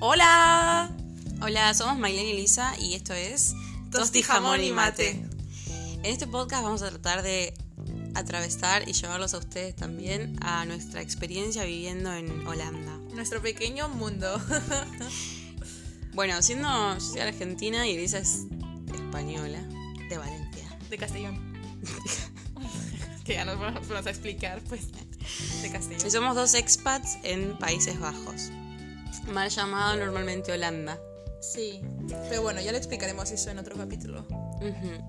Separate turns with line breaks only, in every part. Hola,
Hola, somos Maylene y Lisa y esto es
Tosti, jamón y mate.
En este podcast vamos a tratar de atravesar y llevarlos a ustedes también a nuestra experiencia viviendo en Holanda.
nuestro pequeño mundo.
Bueno, siendo yo soy argentina y Lisa es española, de Valencia.
De Castellón. que ya nos vamos vamos a explicar, pues. De
Y
Castellón.
somos dos expats en Países Bajos, mal llamado normalmente Holanda.
Sí. Pero bueno, ya le explicaremos eso en otro capítulo.
Ujú.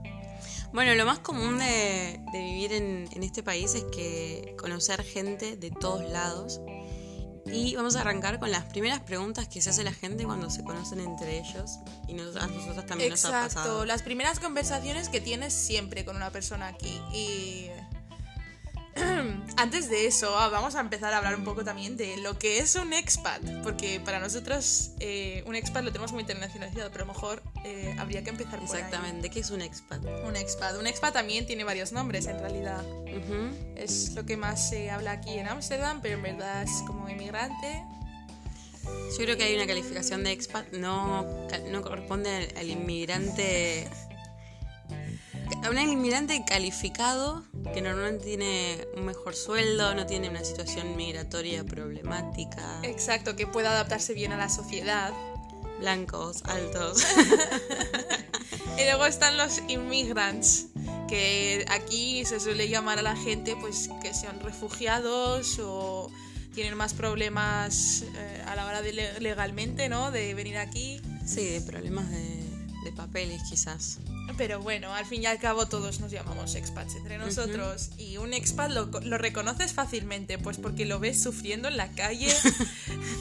Bueno, lo más común de, de vivir en, en este país es que conocer gente de todos lados. Y vamos a arrancar con las primeras preguntas que se hace la gente cuando se conocen entre ellos. Y nos- a nosotras también nos ha
Exacto.
pasado.
Las primeras conversaciones que tienes siempre con una persona aquí. Y. Antes de eso, ah, vamos a empezar a hablar un poco también de lo que es un expat, porque para nosotros eh, un expat lo tenemos muy internacionalizado, pero a lo mejor eh, habría que empezar por ahí.
Exactamente, que es un expat.
Un expat. Un expat también tiene varios nombres en realidad.
Ujú.
Es lo que más se habla aquí en Ámsterdam, pero en verdad es como inmigrante.
Yo creo que hay una calificación de expat, no, ca- no corresponde al, al inmigrante. A un inmigrante calificado que normalmente tiene un mejor sueldo, no tiene una situación migratoria problemática,
Exacto, que pueda adaptarse bien a la sociedad.
blancos, altos.
Y luego están los inmigrants, que aquí se suele llamar a la gente pues que sean refugiados o tienen más problemas eh, a la hora de le- legalmente, ¿no? De venir aquí.
Sí, de problemas de, de papeles quizás.
Pero bueno, al fin y al cabo todos nos llamamos expats entre nosotros y un expat lo, lo reconoces fácilmente, pues porque lo ves sufriendo en la calle,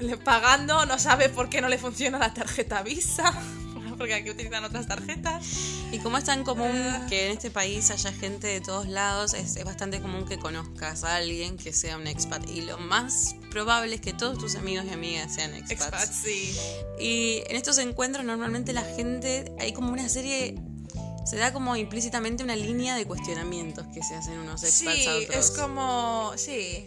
le- pagando, no sabe por qué no le funciona la tarjeta Visa, porque aquí utilizan otras tarjetas.
Y como es tan común
Ah.
que en este país haya gente de todos lados, es, es bastante común que conozcas a alguien que sea un expat. Y lo más probable es que todos tus amigos y amigas sean
Expats, sí.
Y en estos encuentros normalmente la gente, hay como una serie, se da como implícitamente una línea de cuestionamientos que se hacen unos expats a
Sí,
otros.
es como, sí,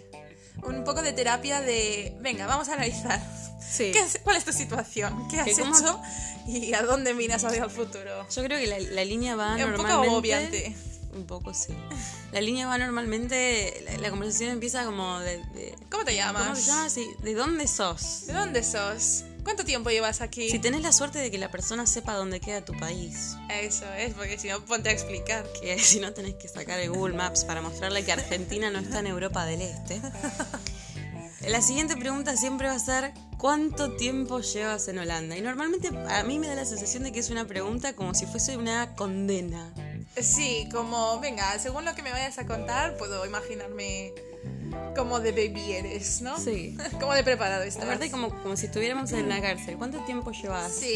un poco de terapia de, venga, vamos a analizar.
Sí.
¿Qué has- ¿Cuál es tu situación? ¿Qué has
Que como-
hecho? ¿Y a dónde miras hacia el futuro?
Yo creo que la, la línea va
Es un poco
Ah, normalmente...
agobiante.
Un poco, sí. La línea va normalmente, la, la conversación empieza como de... de-
¿Cómo te llamas?
¿Cómo se llama? Sí, ¿De dónde sos?
¿De dónde sos? ¿Cuánto tiempo llevas aquí?
Si tenés la suerte de que la persona sepa dónde queda tu país,
Eso es, porque si no, ponte a explicar.
que si no tenés que sacar el Google Maps para mostrarle que Argentina no está en Europa del Este. La siguiente pregunta siempre va a ser ¿cuánto tiempo llevas en Holanda? Y normalmente a mí me da la sensación de que es una pregunta como si fuese una condena.
Sí, como, venga, según lo que me vayas a contar, puedo imaginarme cómo de baby eres, ¿no?
Sí.
Cómo de preparado estás.
Aparte como, como si estuviéramos en la cárcel. ¿Cuánto tiempo llevas?
Sí,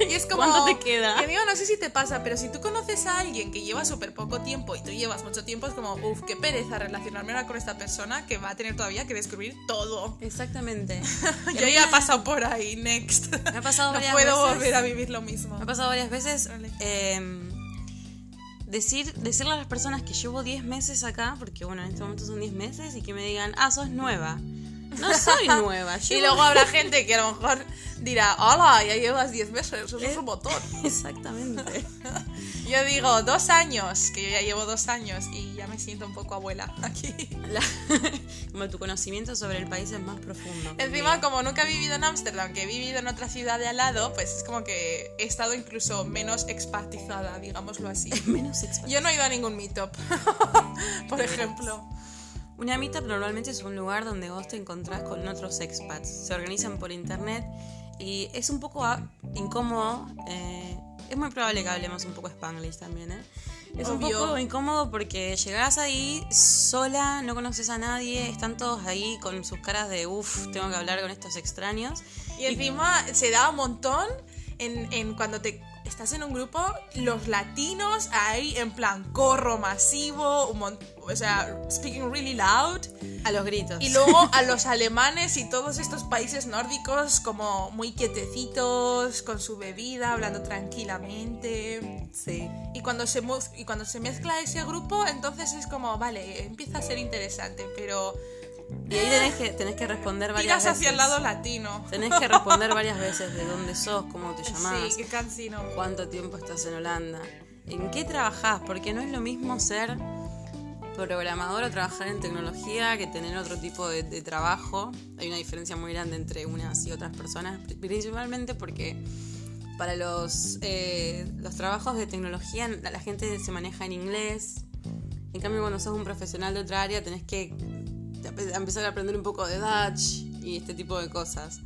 y es como...
¿Cuánto te queda?
Y digo, no sé si te pasa, pero si tú conoces a alguien que lleva súper poco tiempo y tú llevas mucho tiempo, es como, uff, qué pereza relacionarme ahora con esta persona que va a tener todavía que descubrir todo.
Exactamente. Y a
Yo
mí
ya
me- pues,
he pasado por ahí, next.
Me ha pasado
No
varias
puedo
veces.
volver a vivir lo mismo.
Me ha pasado varias veces
Órale.
em, decir, decirle a las personas que llevo 10 meses acá, porque bueno, en este momento son 10 meses, y que me digan, ah, sos nueva. No soy nueva.
Y
llevo-
luego habrá gente que a lo mejor dirá, hola, ya llevas 10 meses, eso es un motor.
Exactamente.
Yo digo, dos años, que yo ya llevo dos años y ya me siento un poco abuela aquí.
La- como tu conocimiento sobre el país es más profundo.
Encima, como nunca he vivido en Ámsterdam, que he vivido en otra ciudad de al lado, pues es como que he estado incluso menos expatizada, digámoslo así.
Menos experto.
Yo no he ido a ningún meetup, por ejemplo.
Una meetup normalmente es un lugar donde vos te encontrás con otros expats. Se organizan por internet y es un poco a- incómodo. eh, es muy probable que hablemos un poco spanglish también, ¿eh? Es un
Obvio.
poco incómodo porque llegás ahí sola, no conoces a nadie, están todos ahí con sus caras de uff, tengo que hablar con estos extraños.
Y encima se da un montón en, en cuando te estás en un grupo, los latinos ahí en plan corro masivo, un mon- o sea, speaking really loud.
A los gritos.
Y luego a los alemanes y todos estos países nórdicos como muy quietecitos, con su bebida, hablando tranquilamente.
Sí.
Y cuando se, mu- y cuando se mezcla ese grupo, entonces es como, vale, empieza a ser interesante, pero
Y ahí tenés que, tenés que responder varias
Tiras
veces.
hacia el lado latino.
Tenés que responder varias veces de dónde sos, cómo te llamás,
Sí, qué cansino.
cuánto tiempo estás en Holanda, en qué trabajás, porque no es lo mismo ser programador o trabajar en tecnología que tener otro tipo de, de trabajo. Hay una diferencia muy grande entre unas y otras personas, principalmente porque para los, eh, los trabajos de tecnología la la gente se maneja en inglés. En cambio, cuando sos un profesional de otra área, tenés que empe- empezar a aprender un poco de Dutch y este tipo de cosas.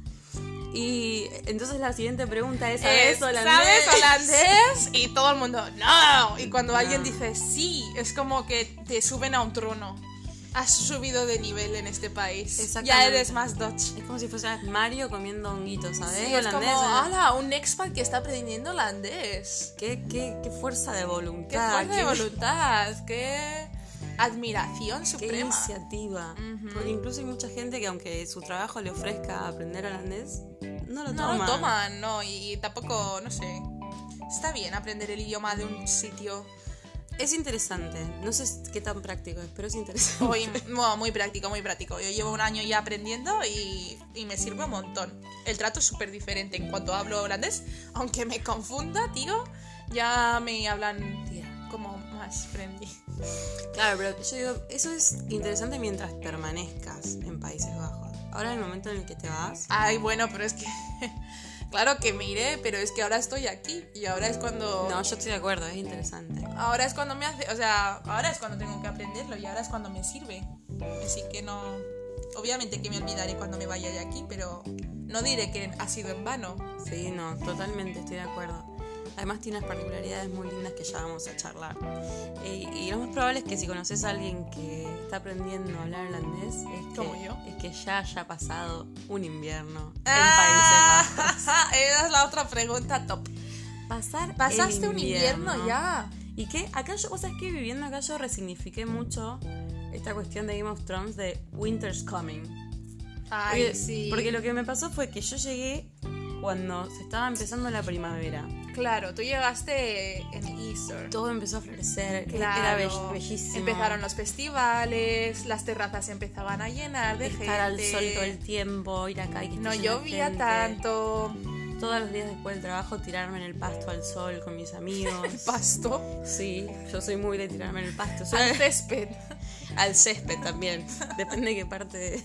Y eh, entonces la siguiente pregunta es, ¿sabes
Es,
holandés?
¿Sabes holandés? Y todo el mundo, no. Y cuando
No.
alguien dice sí, es como que te suben a un trono. Has subido de nivel en este país. Ya
Exactamente.
eres más Dutch.
Es como si fuese Mario comiendo honguitos, ¿sabes?
Sí, es como,
Holandés, ¿sabes?
hola, un expat que está aprendiendo holandés.
¿Qué, qué, qué fuerza de voluntad.
Qué fuerza de
qué-
voluntad, qué admiración
qué
suprema.
iniciativa.
Ujú.
Porque incluso hay mucha gente que aunque su trabajo le ofrezca aprender holandés, no lo
No
toma.
lo toman, no, y tampoco, no sé. Está bien aprender el idioma de un sitio
Es interesante. No sé qué tan práctico es, pero es interesante.
Hoy, no, muy práctico, muy práctico. Yo llevo un año ya aprendiendo y, y me sirve un montón. El trato es súper diferente en cuanto hablo holandés. Aunque me confunda, tío, ya me hablan
Tía.
como más friendly.
Claro, pero yo digo, eso es interesante mientras permanezcas en Países Bajos. Ahora en el momento en el que te vas,
Ay, bueno, pero es que... Claro que me iré, pero es que ahora estoy aquí y ahora es cuando...
no, yo estoy de acuerdo, es interesante.
Ahora es cuando me hace... O sea, ahora es cuando tengo que aprenderlo y ahora es cuando me sirve. Así que no... Obviamente que me olvidaré cuando me vaya de aquí, pero no diré que ha sido en vano.
Sí, no, totalmente estoy de acuerdo. Además tiene unas particularidades muy lindas que ya vamos a charlar. Eh, y lo más probable es que si conoces a alguien que está aprendiendo a hablar holandés, es que,
Como yo.
Es que ya haya pasado un invierno en
Ah,
Países Bajos.
Esa es la otra pregunta top.
Pasar el
¿Pasaste un invierno ya?
¿Y qué? Acá yo, vos sabés que viviendo acá yo resignifiqué mucho esta cuestión de Game of Thrones de Winter's Coming. porque, porque lo que me pasó fue que yo llegué cuando se estaba empezando la primavera.
claro, tú llegaste en Easter.
todo empezó a florecer, e-,
Claro.
era bell- bellísimo.
Empezaron los festivales, las terrazas empezaban a llenar de gente.
estar al sol todo el tiempo, ir acá y que esté
No
llena de
llovía
gente.
tanto.
Todos los días después del trabajo tirarme en el pasto al sol con mis amigos.
Pasto.
sí, yo soy muy de tirarme en el pasto. Soy-
Al césped.
al césped también. Depende de qué parte de,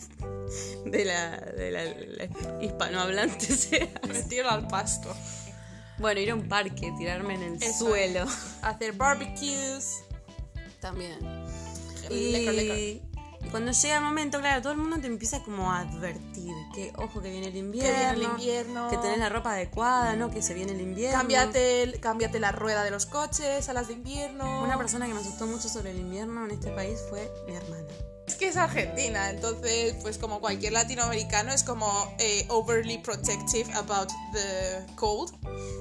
de la, de la- la hispanohablante sea.
Me tiro al pasto.
Bueno, ir a un parque, tirarme en el
Eso.
suelo.
Hacer barbecues.
También.
Lecor, lecor.
Y cuando llega el momento, claro, todo el mundo te empieza como a advertir que ojo que viene el invierno,
viene el invierno.
que tenés la ropa adecuada, no que se viene el invierno.
Cámbiate, el- cámbiate la rueda de los coches a las de invierno.
Una persona que me asustó mucho sobre el invierno en este país fue mi hermana.
Es que es Argentina, entonces, pues como cualquier latinoamericano, es como eh, overly protective about the cold.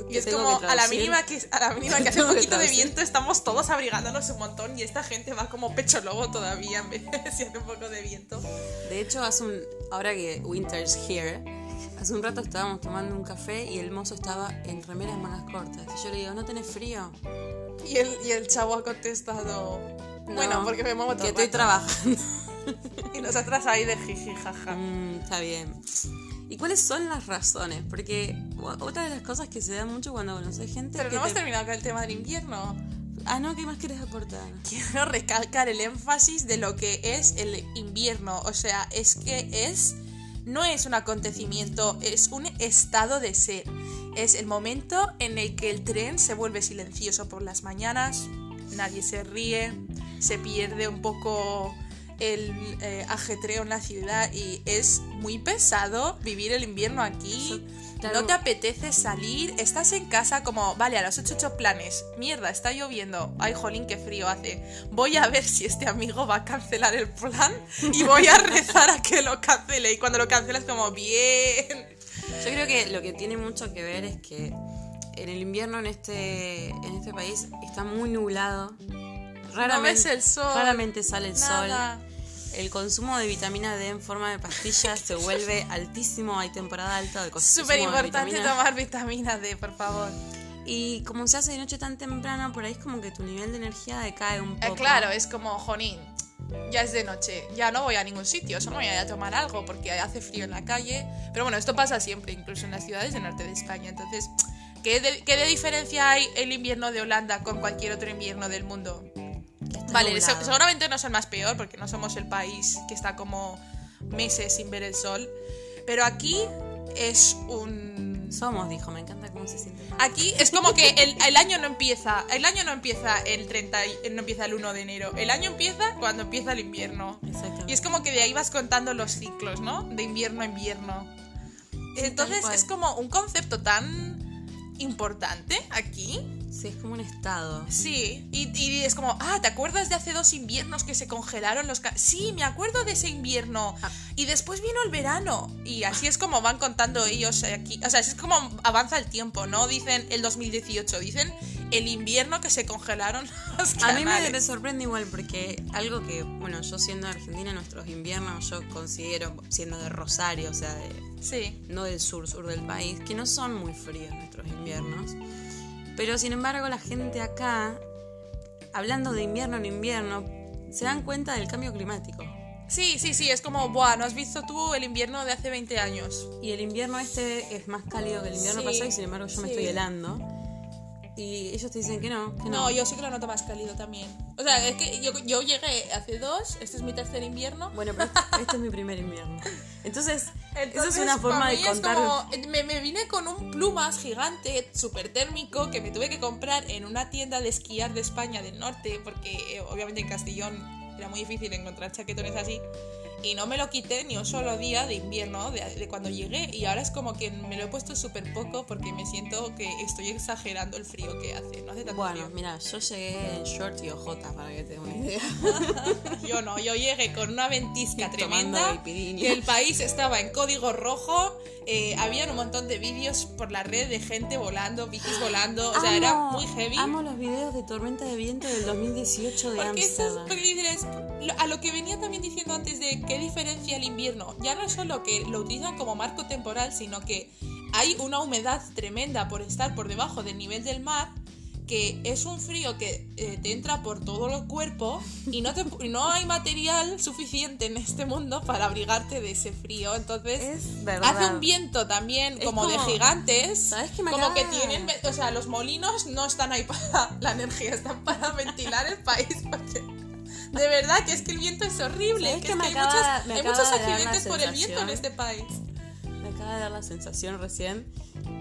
Y
¿Qué
es
tengo
como
que
a la
traducir?
mínima que, a la mínima que hace
Tengo
un
que
poquito de
traducir.
viento, estamos todos abrigándonos un montón y esta gente va como pecho lobo todavía en vez de si hace un poco de viento.
De hecho, hace un, ahora que winter's here, hace un rato estábamos tomando un café y el mozo estaba en remeras mangas cortas. Y yo le digo, ¿no tenés frío?
Y el, y el chavo ha contestado, bueno,
"No,
porque me muevo todo
Que
el
estoy
rato".
trabajando.
Y nosotras ahí de jiji, jaja.
Mm, está bien. ¿Y cuáles son las razones? Porque u- otra de las cosas que se da mucho cuando conoces gente
Pero
es que
no hemos
te-
terminado con el tema del invierno.
Ah, no, ¿qué más quieres aportar?
quiero recalcar el énfasis de lo que es el invierno. O sea, es que es. No es un acontecimiento, es un estado de ser. Es el momento en el que el tren se vuelve silencioso por las mañanas, nadie se ríe, se pierde un poco el eh, ajetreo en la ciudad y es muy pesado vivir el invierno aquí.
Yo- claro.
No te apetece salir, estás en casa como, vale, a las 8, 8 planes, mierda, está lloviendo, ay jolín, qué frío hace, voy a ver si este amigo va a cancelar el plan y voy a rezar a que lo cancele y cuando lo cancelas como, bien,
Yo creo que lo que tiene mucho que ver es que en el invierno en este, en este país está muy nublado.
no ves
Raramente,
el sol,
raramente sale el
nada.
sol. El consumo de vitamina D en forma de pastillas se vuelve altísimo. Hay temporada alta de consumo
Súper
de
importante
vitamina.
tomar vitamina D, por favor.
Y como se hace de noche tan temprano, por ahí es como que tu nivel de energía decae un
Eh,
poco.
claro, es como, jolín, ya es de noche, ya no voy a ningún sitio, solo voy a ir a tomar algo porque hace frío en la calle. Pero bueno, esto pasa siempre, incluso en las ciudades del norte de España. Entonces, ¿qué de, qué de diferencia hay el invierno de Holanda con cualquier otro invierno del mundo? Vale, se-
nublado.
seguramente no son más peor porque no somos el país que está como meses sin ver el sol. Pero aquí es un...
Somos, dijo, me encanta cómo se siente.
Aquí es como que el, el año no empieza, el año no empieza el 30, y- no empieza el 1 de enero, el año empieza cuando empieza el invierno.
Exactamente.
Y es como que de ahí vas contando los ciclos, ¿no? De invierno a invierno. Entonces
cual.
es como un concepto tan importante aquí.
Sí, es como un estado.
Sí, y, y es como, ah, ¿te acuerdas de hace dos inviernos que se congelaron los... ca- Sí, me acuerdo de ese invierno.
Ah.
Y después vino el verano. Y así es como van contando ellos aquí. O sea, así es como avanza el tiempo, ¿no? Dicen el 2018, dicen el invierno que se congelaron los
A mí me,
canales.
me sorprende igual porque algo que, bueno, yo siendo de Argentina, nuestros inviernos yo considero, siendo de Rosario, o sea, de-
Sí,
no del sur, sur del país, que no son muy fríos nuestros inviernos. Pero sin embargo la gente acá, hablando de invierno en invierno, se dan cuenta del cambio climático.
sí, sí, sí, es como, buah, ¿no has visto tú el invierno de hace 20 años?
Y el invierno este es más cálido que el invierno
Sí,
pasado y sin embargo yo me
sí.
estoy helando. Y ellos te dicen que no, que no.
No, yo sí que lo noto más cálido también. O sea, es que yo, yo llegué hace dos, este es mi tercer invierno.
Bueno, pero este, este es mi primer invierno. Entonces, eso es
Entonces,
una
pa'
forma
mí
de
es
contar.
como- eh, me, me vine con un plumas gigante, súper térmico, que me tuve que comprar en una tienda de esquiar de España del norte, porque eh, obviamente en Castellón era muy difícil encontrar chaquetones así. Y no me lo quité ni un solo día de invierno, de, de cuando llegué. Y ahora es como que me lo he puesto súper poco porque me siento que estoy exagerando el frío que hace. No hace tanto
Bueno, mira, yo llegué en short y ojotas para que te dé una idea.
frío. Yo no, yo llegué con una ventisca
Y tomando
tremenda.
Vipirina.
que el país estaba en código rojo, eh, habían un montón de vídeos por la red de gente volando, bicis volando, o sea, era
Amo-
muy heavy.
Amo los videos de tormenta de viento del 2018 de
Porque eso es,
Amsterdam.
porque dices, lo- a lo que venía también diciendo antes de qué diferencia el invierno, ya no es solo que lo utilizan como marco temporal, sino que hay una humedad tremenda por estar por debajo del nivel del mar, que es un frío que eh, te entra por todo el cuerpo y no, te, y no hay material suficiente en este mundo para abrigarte de ese frío, entonces...
Es verdad.
Hace un viento también,
Es
como, de
como-
gigantes.
¿Sabes qué me
como
acaba-
que tienen. O sea, los molinos no están ahí para la energía, están para ventilar el país. Porque de verdad que es que el viento es horrible.
¿Sabes
Que
qué
es
me
que hay,
acaba-
muchos,
me
hay
acaba
muchos
de dar la
accidentes por el viento en
sensación?
este país.
Me acaba de dar la sensación recién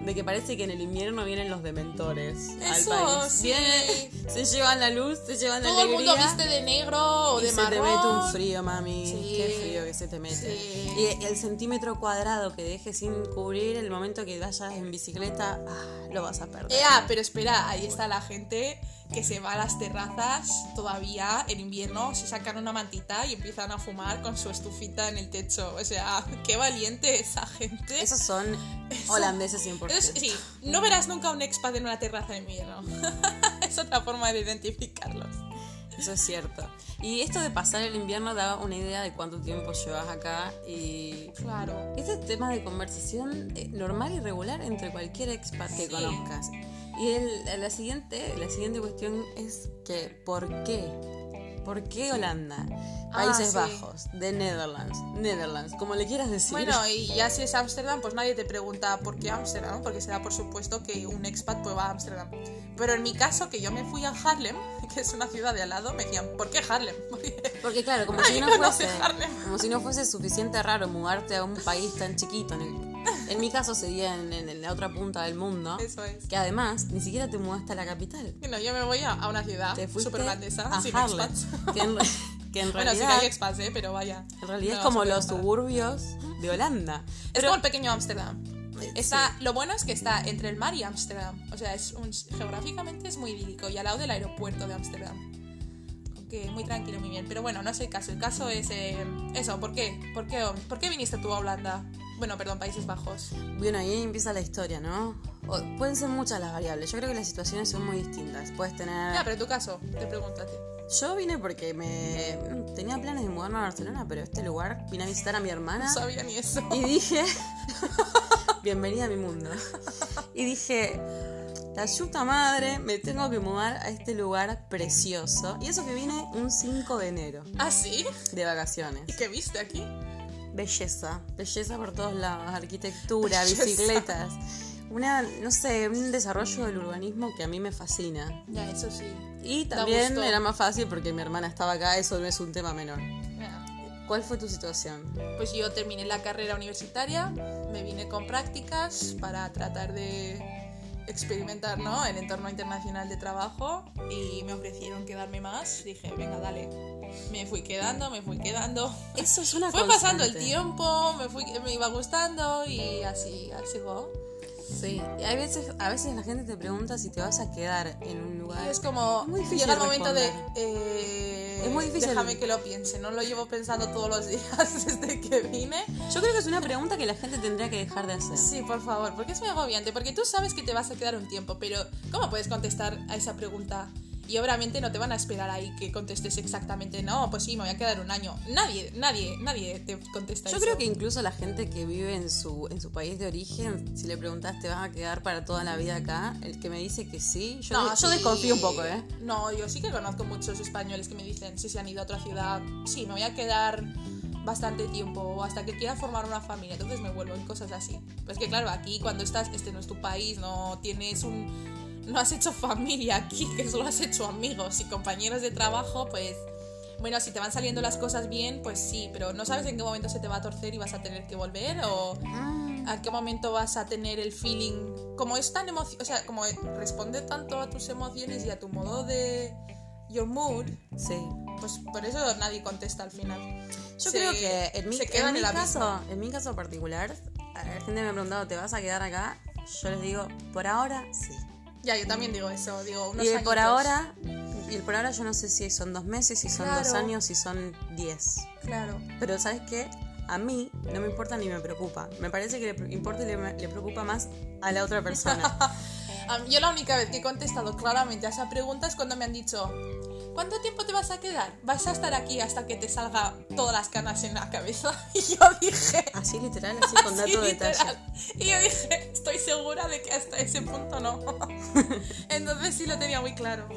de que parece que en el invierno vienen los dementores
Eso,
al país.
sí.
Vienen, se llevan la luz, se llevan la
Todo el mundo
alegría,
viste de negro o
y
de
se
marrón.
te mete un frío, mami.
Sí.
Qué frío que se te mete.
Sí.
Y el centímetro cuadrado que dejes sin cubrir el momento que vayas en bicicleta, ah, lo vas a perder.
Ea, pero espera, ahí está la gente que se va a las terrazas todavía en invierno, se sacan una mantita y empiezan a fumar con su estufita en el techo. O sea, qué valiente esa gente.
Esos son holandeses 100%.
Es- sí, no verás nunca un expat en una terraza de invierno. es otra forma de identificarlos.
Eso es cierto. Y esto de pasar el invierno da una idea de cuánto tiempo llevas acá y...
Claro.
Este es tema de conversación eh, normal y regular entre cualquier expat que
Sí.
conozcas. Y el- la, siguiente, la siguiente cuestión es que ¿por qué? ¿Por qué Holanda?
Ah,
Países
sí.
Bajos, The Netherlands, Netherlands, como le quieras decir.
Bueno, y ya si es Ámsterdam, pues nadie te pregunta por qué Ámsterdam, porque será por supuesto que un expat pues va a Ámsterdam. Pero en mi caso, que yo me fui a Harlem, que es una ciudad de al lado, me decían, ¿por qué Harlem?
Porque claro, como
Nadie
si no
conoce
fuese,
Harlem.
como si no fuese suficiente raro mudarte a un país tan chiquito. En, el- en mi caso sería en, en la otra punta del mundo.
Eso es.
Que además ni siquiera te mudaste a la capital.
Bueno, yo me voy a, a una ciudad
Te fuiste
super holandesa,
a
Ah, sin
Harlem,
expats.
Que en, que en
Bueno, sí que
realidad,
hay expats, ¿eh? pero vaya.
en realidad
No,
es como
súper
los
barato.
suburbios de Holanda.
Es
Pero-
como el pequeño Ámsterdam.
Eh,
Está, Lo bueno es que está entre el mar y Ámsterdam. O sea, es un- geográficamente es muy idílico y al lado del aeropuerto de Ámsterdam. Que muy tranquilo, muy bien. Pero bueno, no es el caso. El caso es eh, eso. ¿Por qué? ¿Por qué, ¿Por qué viniste tú a Holanda? Bueno, perdón, Países Bajos.
Bueno, ahí empieza la historia, ¿no? O- pueden ser muchas las variables. Yo creo que las situaciones son muy distintas. Puedes tener.
Ya, pero en tu caso, te pregúntate.
Yo vine porque me tenía planes de mudarme a Barcelona, pero este lugar vine a visitar a mi hermana.
No sabía ni eso.
Y dije, bienvenida a mi mundo. Y dije, La yuta madre, me tengo que mudar a este lugar precioso. Y eso que vine un 5 de enero,
¿Ah, sí?
de vacaciones.
¿Y qué viste aquí?
Belleza, belleza por todos lados, arquitectura,
Belleza.
bicicletas. Una, no sé, un desarrollo del urbanismo que a mí me fascina.
Ya, eso sí.
Y
Da
también
gusto.
era más fácil porque mi hermana estaba acá, eso no es un tema menor. ¿Cuál fue tu situación?
Pues yo terminé la carrera universitaria, me vine con prácticas para tratar de experimentar ¿no? el entorno internacional de trabajo y me ofrecieron quedarme más. Dije, venga, dale. Me fui quedando, me fui quedando.
Eso es una
Fue pasando el
constante.
tiempo, me, fui, me iba gustando y así, así fue.
Sí, y hay veces, a veces la gente te pregunta si te vas a quedar en un lugar.
Y es como,
Es muy difícil
llega el momento
responder.
de, eh,
Es muy difícil.
déjame que lo piense, no lo llevo pensando todos los días desde que vine.
Yo creo que es una pregunta que la gente tendría que dejar de hacer.
Sí, por favor, porque es muy agobiante, porque tú sabes que te vas a quedar un tiempo, pero ¿cómo puedes contestar a esa pregunta? Y obviamente no te van a esperar ahí que contestes exactamente, no, pues sí, me voy a quedar un año. Nadie, nadie, nadie te contesta
Yo
eso.
creo que incluso la gente que vive en su, en su país de origen, si le preguntas te vas a quedar para toda la vida acá, el que me dice que sí, yo,
No,
yo
sí.
desconfío un poco, ¿eh?
No, yo sí que conozco muchos españoles que me dicen si se han ido a otra ciudad, sí, me voy a quedar bastante tiempo o hasta que quiera formar una familia, entonces me vuelvo y cosas así. Pues que claro, aquí cuando estás, este no es tu país, no tienes un... No has hecho familia aquí, que solo has hecho amigos y compañeros de trabajo, pues... Bueno, si te van saliendo las cosas bien, pues sí, pero no sabes en qué momento se te va a torcer y vas a tener que volver o
Mm.
a qué momento vas a tener el feeling como es tan emocionante o sea como responde tanto a tus emociones y a tu modo de your mood
Sí.
pues por eso nadie contesta al final
Yo
Se-
creo que en mi,
se queda
en
en
mi
el abismo.
caso, en mi caso particular, a la gente me ha preguntado, ¿te vas a quedar acá? Yo les digo, por ahora sí.
ya yo también digo eso digo unos
Y el por
añitos.
ahora, y el por ahora yo no sé si son dos meses, si son dos
Claro.
años, si son diez.
claro
Pero ¿sabes qué? A mí no me importa ni me preocupa. Me parece que le pre- importa y le, le preocupa más a la otra persona.
A mí- Ah, yo la única vez que he contestado claramente a esa pregunta es cuando me han dicho ¿Cuánto tiempo te vas a quedar? ¿Vas a estar aquí hasta que te salga todas las canas en la cabeza? Y yo dije,
Así literal, así con
Sí,
dato de detalle.
literal. Y yo dije, estoy segura de que hasta ese punto no. Entonces sí lo tenía muy claro.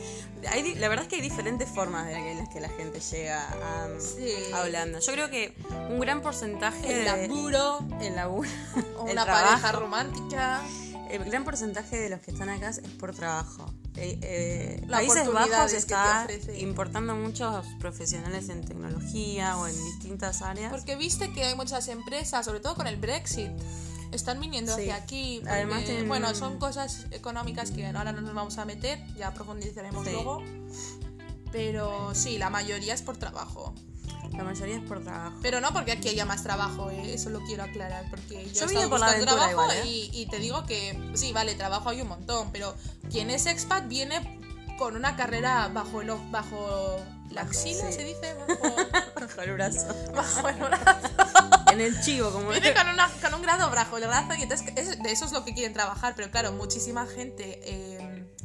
Hay di- la verdad es que hay diferentes formas de en las que la gente llega a,
Sí.
a Holanda. Yo creo que un gran porcentaje
El
de-
laburo,
el laburo,
o
el
una
trabajo.
pareja romántica,
El gran porcentaje de los que están acá es por trabajo. Eh, eh,
La
Países
oportunidades
Bajos
que te
está
ofrece.
importando muchos profesionales en tecnología o en distintas áreas.
porque viste que hay muchas empresas, sobre todo con el Brexit, están viniendo
Sí.
hacia aquí. porque,
Además tienen-
Bueno, son cosas económicas que ahora no nos vamos a meter, ya profundizaremos
Sí.
luego. Pero sí, la mayoría es por trabajo.
La mayoría es por trabajo.
Pero no porque aquí haya más trabajo, ¿eh? eso lo quiero aclarar, porque yo,
Yo
he
vine
estado
por
buscando
la aventura
trabajo
igual, ¿eh?
y, y te digo que sí, vale, trabajo hay un montón, pero quien es expat viene con una carrera bajo el, o- bajo la
Bajo,
axila,
sí.
se dice, bajo,
Bajo el brazo.
bajo el brazo.
En el chivo, como
Viene con, una- con un grado bajo el brazo y entonces es- de eso es lo que quieren trabajar, pero claro, muchísima gente eh,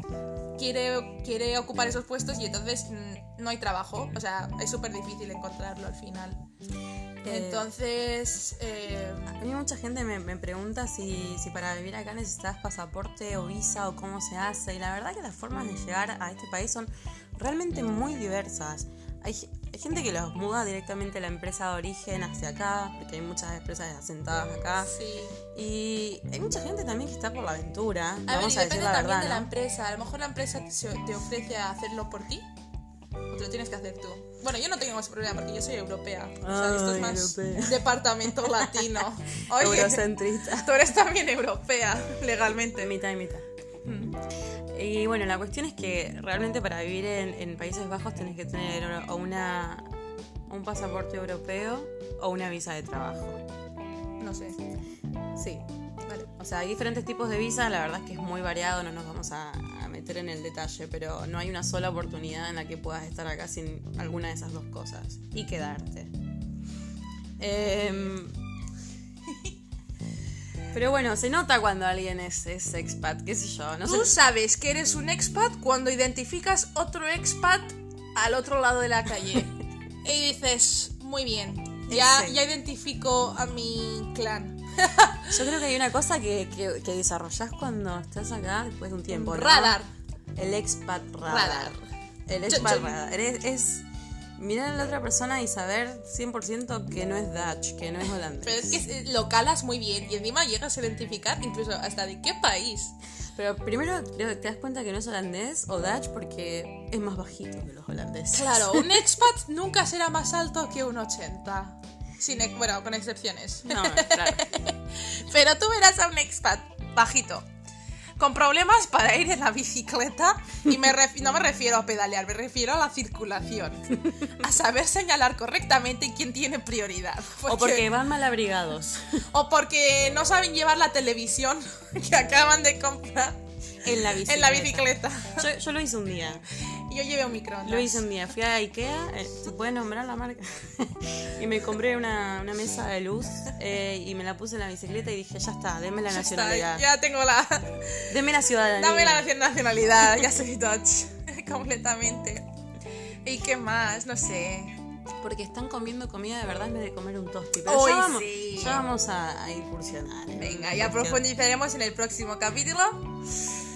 quiere, quiere ocupar esos puestos y entonces mm, no hay trabajo, o sea, es súper difícil encontrarlo al final.
Eh.
Entonces, eh,
A mí mucha gente me, me pregunta si, si para vivir acá necesitas pasaporte o visa o cómo se hace. Y la verdad que las formas de llegar a este país son realmente muy diversas. Hay, ge- hay gente que los muda directamente a la empresa de origen hacia acá, porque hay muchas empresas asentadas acá.
Ah, sí.
Y hay mucha gente también que está por la aventura.
A ver,
vamos
y
a decir
depende
la
también
verdad.
de la
¿no?
empresa. A lo mejor la empresa te, se- te ofrece a hacerlo por ti o te lo tienes que hacer tú. Bueno, yo no tengo ese problema porque yo soy europea. O sea, esto
Ay,
es más
europea.
departamento latino. Oye,
Eurocentrista.
tú eres también europea, legalmente. Mm.
mitad y mitad. Y bueno, la cuestión es que realmente para vivir en, en Países Bajos tenés que tener o una, un pasaporte europeo o una visa de trabajo.
No sé.
Sí.
Vale.
O sea, hay diferentes tipos de visa, la verdad es que es muy variado, no nos vamos a, a meter en el detalle, pero no hay una sola oportunidad en la que puedas estar acá sin alguna de esas dos cosas y quedarte. Em, pero bueno, se nota cuando alguien es, es expat, qué sé yo, no sé.
Tú sabes que eres un expat cuando identificas otro expat al otro lado de la calle. y dices, muy bien, ya,
Ese.
ya identifico a mi clan.
Yo creo que hay una cosa que, que, que desarrollás cuando estás acá después de un tiempo. ¿no?
Radar.
El expat radar.
Radar.
El
Yo-
expat
yo-
radar. Es, es mirar a la otra persona y saber 100% que no es Dutch, que no es holandés.
Pero es que eh, lo calas muy bien y encima llegas a identificar incluso hasta de qué país.
Pero primero creo que te das cuenta que no es holandés o Dutch porque es más bajito que los holandeses.
Claro, un expat nunca será más alto que un 80. Sin, ex- bueno, con excepciones.
No, claro.
Pero tú verás a un expat bajito, con problemas para ir en la bicicleta, y me ref- no me refiero a pedalear, me refiero a la circulación, a saber señalar correctamente quién tiene prioridad.
O porque van mal abrigados.
o porque no saben llevar la televisión que acaban de comprar
En la bicicleta.
en la bicicleta.
Yo, yo lo hice un día.
Y yo llevé un microondas.
Lo hice un día. Fui a Ikea, eh, ¿se puede nombrar la marca? y me compré una, una mesa de luz eh, y me la puse en la bicicleta y dije, ya está, deme la
Ya está,
nacionalidad.
ya tengo la...
Deme la ciudadanía.
Dame la nacionalidad, ya soy Dutch. Completamente. ¿Y qué más? No sé.
Porque están comiendo comida de verdad en vez de comer un tosti. Pero
Hoy
ya vamos,
sí.
ya vamos a, a incursionar. en
Venga,
una
ya
cuestión.
profundizaremos en el próximo capítulo.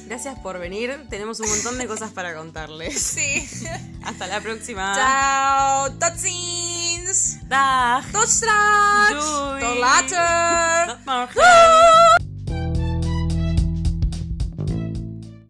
Gracias por venir. Tenemos un montón de cosas para contarles.
Sí.
Hasta la próxima.
Chao, Totsins.
Dag.
Tots tracks.
Doei.